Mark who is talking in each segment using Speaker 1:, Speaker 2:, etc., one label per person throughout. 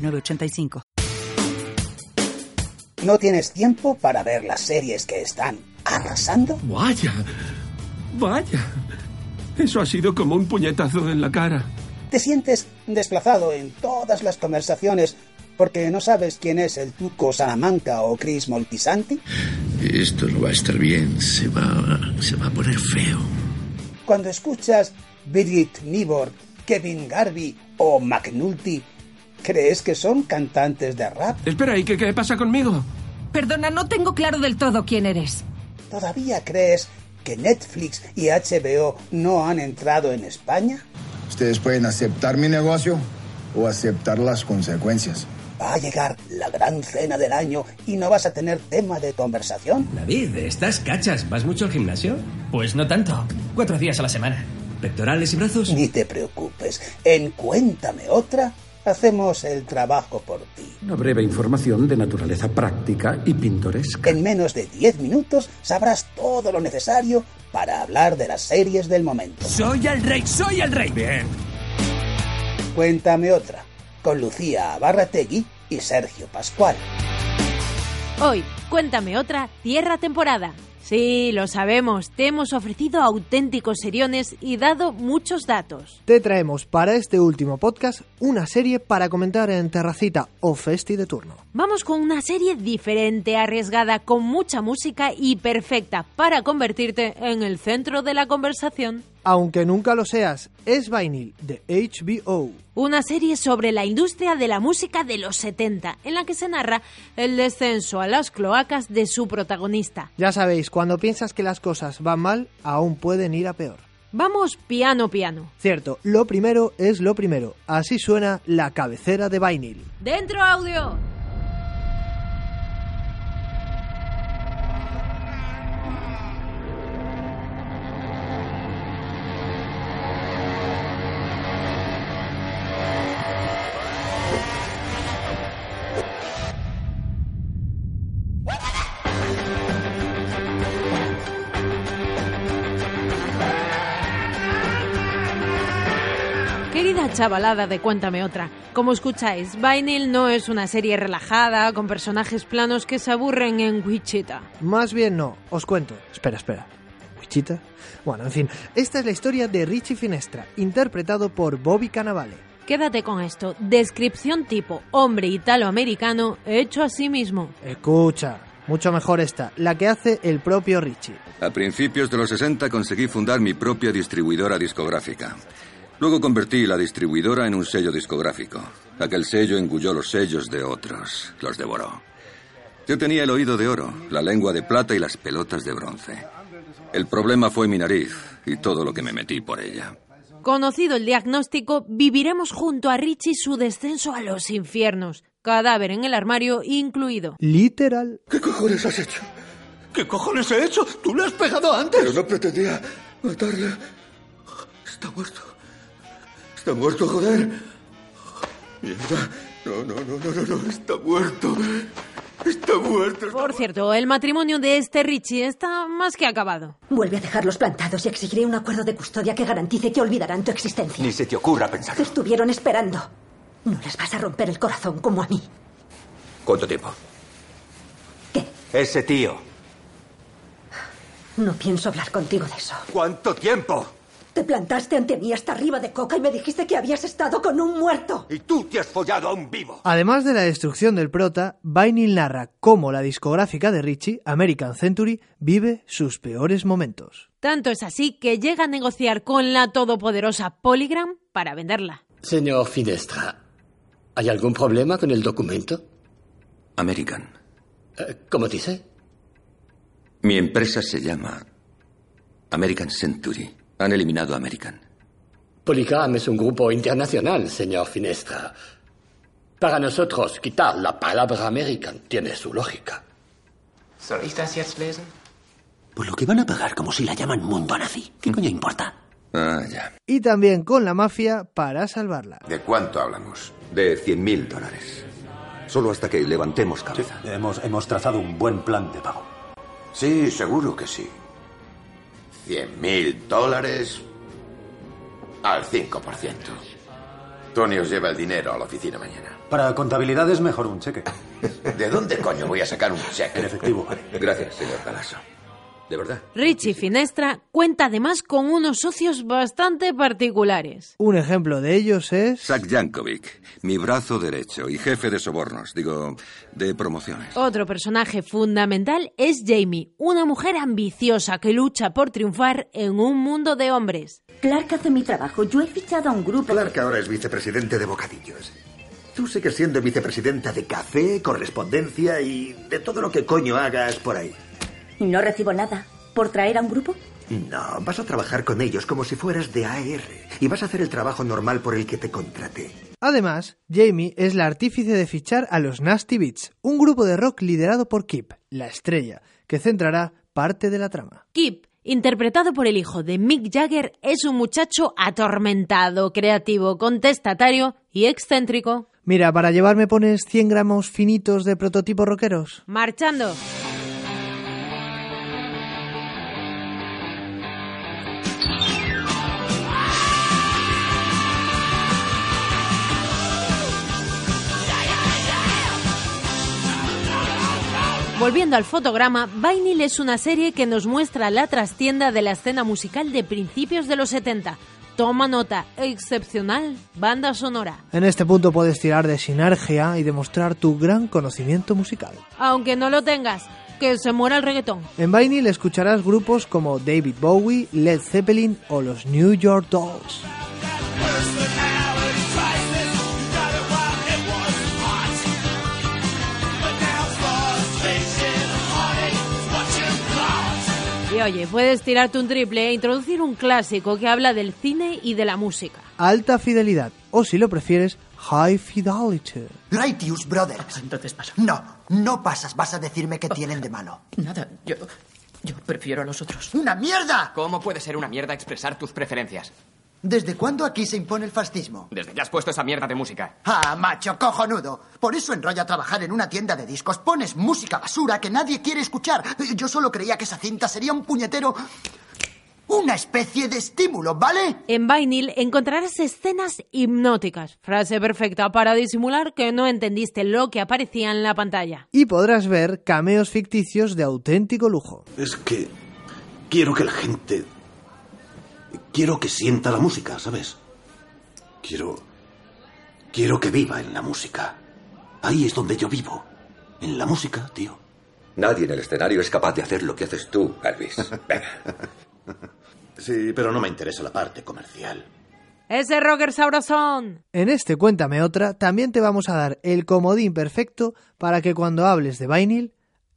Speaker 1: 985.
Speaker 2: No tienes tiempo para ver las series que están arrasando.
Speaker 3: Vaya, vaya. Eso ha sido como un puñetazo en la cara.
Speaker 2: Te sientes desplazado en todas las conversaciones porque no sabes quién es el Tuco Salamanca o Chris Moltisanti.
Speaker 4: Esto no va a estar bien, se va, se va a poner feo.
Speaker 2: Cuando escuchas Birgit Nibor, Kevin Garvey o McNulty ¿Crees que son cantantes de rap?
Speaker 3: Espera, ¿y qué, qué, pasa conmigo?
Speaker 5: Perdona, no tengo claro del todo quién eres.
Speaker 2: ¿Todavía crees que Netflix y HBO no han entrado en España?
Speaker 6: Ustedes pueden aceptar mi negocio o aceptar las consecuencias.
Speaker 2: Va a llegar la gran cena del año y no vas a tener tema de conversación.
Speaker 7: David, estás cachas. ¿Vas mucho al gimnasio? Pues no tanto. Cuatro días a la semana. ¿Pectorales y brazos?
Speaker 2: Ni te preocupes. En Cuéntame Otra Hacemos el trabajo por ti.
Speaker 8: Una breve información de naturaleza práctica y pintoresca.
Speaker 2: En menos de 10 minutos sabrás todo lo necesario para hablar de las series del momento.
Speaker 7: ¡Soy el rey! ¡Soy el rey!
Speaker 3: Bien.
Speaker 2: Cuéntame otra, con Lucía Abarrategui y Sergio Pascual.
Speaker 9: Hoy, cuéntame otra, tierra temporada. Sí, lo sabemos, te hemos ofrecido auténticos seriones y dado muchos datos.
Speaker 10: Te traemos para este último podcast una serie para comentar en terracita o festi de turno.
Speaker 9: Vamos con una serie diferente, arriesgada, con mucha música y perfecta para convertirte en el centro de la conversación.
Speaker 10: Aunque nunca lo seas, es Vinyl de HBO.
Speaker 9: Una serie sobre la industria de la música de los 70, en la que se narra el descenso a las cloacas de su protagonista.
Speaker 10: Ya sabéis, cuando piensas que las cosas van mal, aún pueden ir a peor.
Speaker 9: Vamos piano piano.
Speaker 10: Cierto, lo primero es lo primero. Así suena la cabecera de Vinyl.
Speaker 9: ¡Dentro audio! Querida chavalada de Cuéntame otra, como escucháis, Vinyl no es una serie relajada con personajes planos que se aburren en Wichita.
Speaker 10: Más bien no, os cuento. Espera, espera. ¿Wichita? Bueno, en fin, esta es la historia de Richie Finestra, interpretado por Bobby Cannavale.
Speaker 9: Quédate con esto. Descripción tipo hombre italoamericano hecho a sí mismo.
Speaker 10: Escucha, mucho mejor esta, la que hace el propio Richie.
Speaker 11: A principios de los 60 conseguí fundar mi propia distribuidora discográfica. Luego convertí la distribuidora en un sello discográfico. Aquel sello engulló los sellos de otros, los devoró. Yo tenía el oído de oro, la lengua de plata y las pelotas de bronce. El problema fue mi nariz y todo lo que me metí por ella.
Speaker 9: Conocido el diagnóstico, viviremos junto a Richie su descenso a los infiernos, cadáver en el armario incluido.
Speaker 10: Literal.
Speaker 12: ¿Qué cojones has hecho? ¿Qué cojones he hecho? ¿Tú le has pegado antes? Pero no pretendía matarle. Está muerto. Está muerto, joder. Mierda. No, no, no, no, no, no. Está muerto. Está muerto. Está
Speaker 9: Por cierto, el matrimonio de este Richie está más que acabado.
Speaker 13: Vuelve a dejarlos plantados y exigiré un acuerdo de custodia que garantice que olvidarán tu existencia.
Speaker 12: Ni se te ocurra pensar.
Speaker 13: Te estuvieron esperando. No les vas a romper el corazón como a mí.
Speaker 12: ¿Cuánto tiempo?
Speaker 13: ¿Qué?
Speaker 12: Ese tío.
Speaker 13: No pienso hablar contigo de eso.
Speaker 12: ¿Cuánto tiempo?
Speaker 13: Te plantaste ante mí hasta arriba de coca y me dijiste que habías estado con un muerto.
Speaker 12: Y tú te has follado a un vivo.
Speaker 10: Además de la destrucción del prota, Vinyl narra cómo la discográfica de Richie, American Century, vive sus peores momentos.
Speaker 9: Tanto es así que llega a negociar con la todopoderosa Polygram para venderla.
Speaker 14: Señor Finestra, ¿hay algún problema con el documento?
Speaker 11: American.
Speaker 14: Eh, ¿Cómo dice?
Speaker 11: Mi empresa se llama American Century. Han eliminado a American.
Speaker 14: Polygram es un grupo internacional, señor Finestra. Para nosotros, quitar la palabra American tiene su lógica.
Speaker 15: ¿Soll ich das jetzt lesen?
Speaker 14: Por lo que van a pagar como si la llaman mundo nazi. ¿Qué coño importa?
Speaker 16: Ah, ya.
Speaker 10: Y también con la mafia para salvarla.
Speaker 16: ¿De cuánto hablamos? De 100.000 dólares. Solo hasta que levantemos cabeza.
Speaker 17: Hemos, hemos trazado un buen plan de pago.
Speaker 16: Sí, seguro que sí. 100.000 dólares al 5%. Tony os lleva el dinero a la oficina mañana.
Speaker 17: Para contabilidad es mejor un cheque.
Speaker 16: ¿De dónde coño voy a sacar un cheque?
Speaker 17: En efectivo, vale.
Speaker 16: Gracias, señor Calaso. De verdad.
Speaker 9: Richie Finestra cuenta además con unos socios bastante particulares.
Speaker 10: Un ejemplo de ellos es...
Speaker 11: Zach Jankovic, mi brazo derecho y jefe de sobornos, digo, de promociones.
Speaker 9: Otro personaje fundamental es Jamie, una mujer ambiciosa que lucha por triunfar en un mundo de hombres.
Speaker 18: Clark hace mi trabajo. Yo he fichado a un grupo.
Speaker 19: Clark ahora es vicepresidente de Bocadillos. Tú sigues siendo vicepresidenta de café, correspondencia y de todo lo que coño hagas por ahí.
Speaker 18: Y no recibo nada. ¿Por traer a un grupo?
Speaker 19: No, vas a trabajar con ellos como si fueras de AR y vas a hacer el trabajo normal por el que te contraté.
Speaker 10: Además, Jamie es la artífice de fichar a los Nasty Beats, un grupo de rock liderado por Kip, la estrella, que centrará parte de la trama.
Speaker 9: Kip, interpretado por el hijo de Mick Jagger, es un muchacho atormentado, creativo, contestatario y excéntrico.
Speaker 10: Mira, para llevarme pones 100 gramos finitos de prototipos rockeros.
Speaker 9: Marchando. Volviendo al fotograma, Vinyl es una serie que nos muestra la trastienda de la escena musical de principios de los 70. Toma nota, excepcional banda sonora.
Speaker 10: En este punto puedes tirar de sinergia y demostrar tu gran conocimiento musical.
Speaker 9: Aunque no lo tengas, que se muera el reggaetón.
Speaker 10: En Vinyl escucharás grupos como David Bowie, Led Zeppelin o los New York Dolls.
Speaker 9: Y oye, puedes tirarte un triple e introducir un clásico que habla del cine y de la música.
Speaker 10: Alta fidelidad, o si lo prefieres, High Fidelity.
Speaker 20: Gratius Brothers.
Speaker 15: Entonces pasa.
Speaker 20: No, no pasas. Vas a decirme qué tienen de malo.
Speaker 15: Nada, yo. Yo prefiero a los otros.
Speaker 20: ¡Una mierda!
Speaker 15: Ah, ¿Cómo puede ser una mierda expresar tus preferencias?
Speaker 20: ¿Desde cuándo aquí se impone el fascismo?
Speaker 15: Desde que has puesto esa mierda de música.
Speaker 20: Ah, macho, cojonudo. Por eso enrolla trabajar en una tienda de discos. Pones música basura que nadie quiere escuchar. Yo solo creía que esa cinta sería un puñetero... Una especie de estímulo, ¿vale?
Speaker 9: En Vinyl encontrarás escenas hipnóticas, frase perfecta para disimular que no entendiste lo que aparecía en la pantalla.
Speaker 10: Y podrás ver cameos ficticios de auténtico lujo.
Speaker 17: Es que quiero que la gente... Quiero que sienta la música, ¿sabes? Quiero... Quiero que viva en la música. Ahí es donde yo vivo. En la música, tío.
Speaker 16: Nadie en el escenario es capaz de hacer lo que haces tú, Elvis. Venga.
Speaker 17: Sí, pero no me interesa la parte comercial.
Speaker 9: ¡Ese rocker sabrosón!
Speaker 10: En este Cuéntame otra también te vamos a dar el comodín perfecto para que cuando hables de vinyl,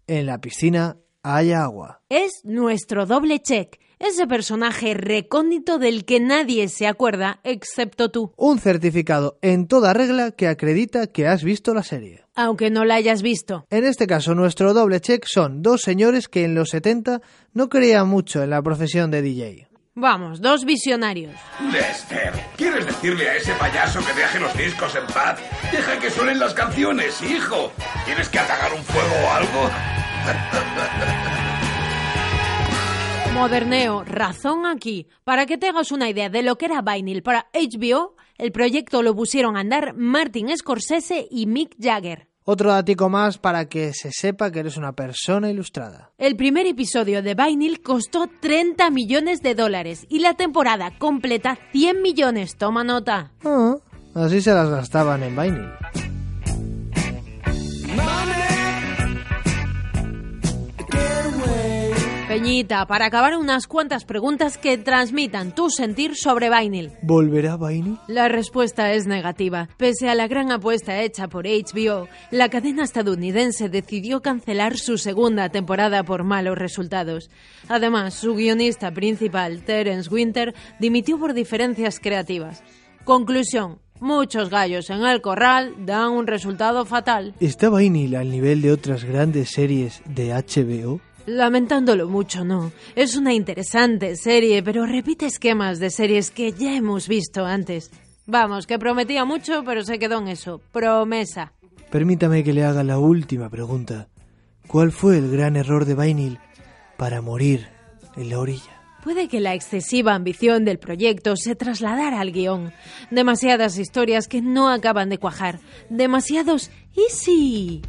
Speaker 10: en la piscina haya agua.
Speaker 9: Es nuestro doble check, ese personaje recóndito del que nadie se acuerda excepto tú.
Speaker 10: Un certificado en toda regla que acredita que has visto la serie.
Speaker 9: Aunque no la hayas visto.
Speaker 10: En este caso, nuestro doble check son dos señores que en los 70 no creían mucho en la profesión de DJ.
Speaker 9: Vamos, dos visionarios.
Speaker 21: Lester, ¿quieres decirle a ese payaso que deje los discos en paz? Deja que suenen las canciones, hijo. ¿Tienes que atacar un fuego o algo?
Speaker 9: Moderneo, razón aquí. Para que te hagas una idea de lo que era Vinyl para HBO, el proyecto lo pusieron a andar Martin Scorsese y Mick Jagger.
Speaker 10: Otro datico más para que se sepa que eres una persona ilustrada.
Speaker 9: El primer episodio de Vinyl costó 30 millones de dólares y la temporada completa 100 millones. Toma nota.
Speaker 10: Ah, así se las gastaban en Vinyl.
Speaker 9: Peñita, para acabar unas cuantas preguntas que transmitan tu sentir sobre Vinyl.
Speaker 10: ¿Volverá Vinyl?
Speaker 9: La respuesta es negativa. Pese a la gran apuesta hecha por HBO, la cadena estadounidense decidió cancelar su segunda temporada por malos resultados. Además, su guionista principal, Terence Winter, dimitió por diferencias creativas. Conclusión. Muchos gallos en el corral dan un resultado fatal.
Speaker 10: ¿Estaba Inil al nivel de otras grandes series de HBO?
Speaker 9: Lamentándolo mucho, no. Es una interesante serie, pero repite esquemas de series que ya hemos visto antes. Vamos, que prometía mucho, pero se quedó en eso. Promesa.
Speaker 10: Permítame que le haga la última pregunta. ¿Cuál fue el gran error de Vainil para morir en la orilla?
Speaker 9: Puede que la excesiva ambición del proyecto se trasladara al guión. Demasiadas historias que no acaban de cuajar. Demasiados easy.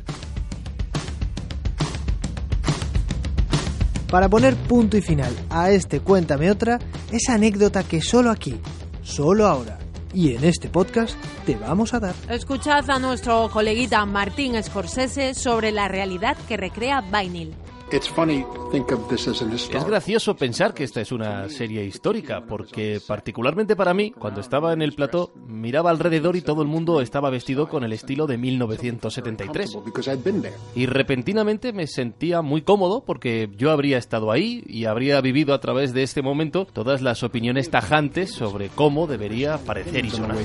Speaker 10: Para poner punto y final a este Cuéntame otra, esa anécdota que solo aquí, solo ahora y en este podcast te vamos a dar.
Speaker 9: Escuchad a nuestro coleguita Martín Scorsese sobre la realidad que recrea Vinyl.
Speaker 7: Es gracioso pensar que esta es una serie histórica, porque particularmente para mí, cuando estaba en el plató, miraba alrededor y todo el mundo estaba vestido con el estilo de 1973. Y repentinamente me sentía muy cómodo porque yo habría estado ahí y habría vivido a través de este momento todas las opiniones tajantes sobre cómo debería parecer y sonar.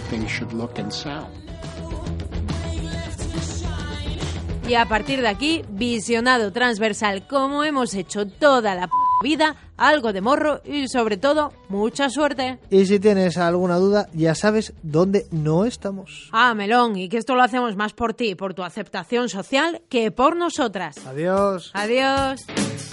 Speaker 9: Y a partir de aquí, visionado transversal, como hemos hecho toda la p vida, algo de morro y sobre todo, mucha suerte.
Speaker 10: Y si tienes alguna duda, ya sabes dónde no estamos.
Speaker 9: Ah, Melón, y que esto lo hacemos más por ti, por tu aceptación social, que por nosotras.
Speaker 10: Adiós.
Speaker 9: Adiós.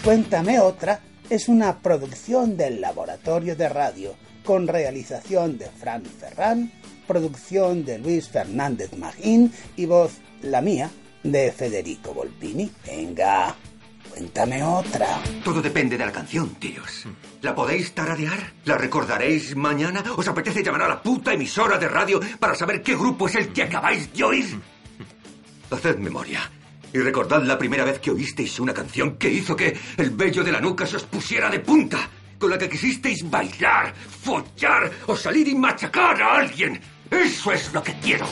Speaker 2: Cuéntame otra es una producción del Laboratorio de Radio con realización de Fran Ferran, producción de Luis Fernández Magín y voz la mía de Federico Volpini. Venga, cuéntame otra.
Speaker 11: Todo depende de la canción, tíos. ¿La podéis taradear? ¿La recordaréis mañana? ¿Os apetece llamar a la puta emisora de radio para saber qué grupo es el que acabáis de oír? Haced memoria. Y recordad la primera vez que oísteis una canción que hizo que el vello de la nuca se os pusiera de punta, con la que quisisteis bailar, follar o salir y machacar a alguien. Eso es lo que quiero.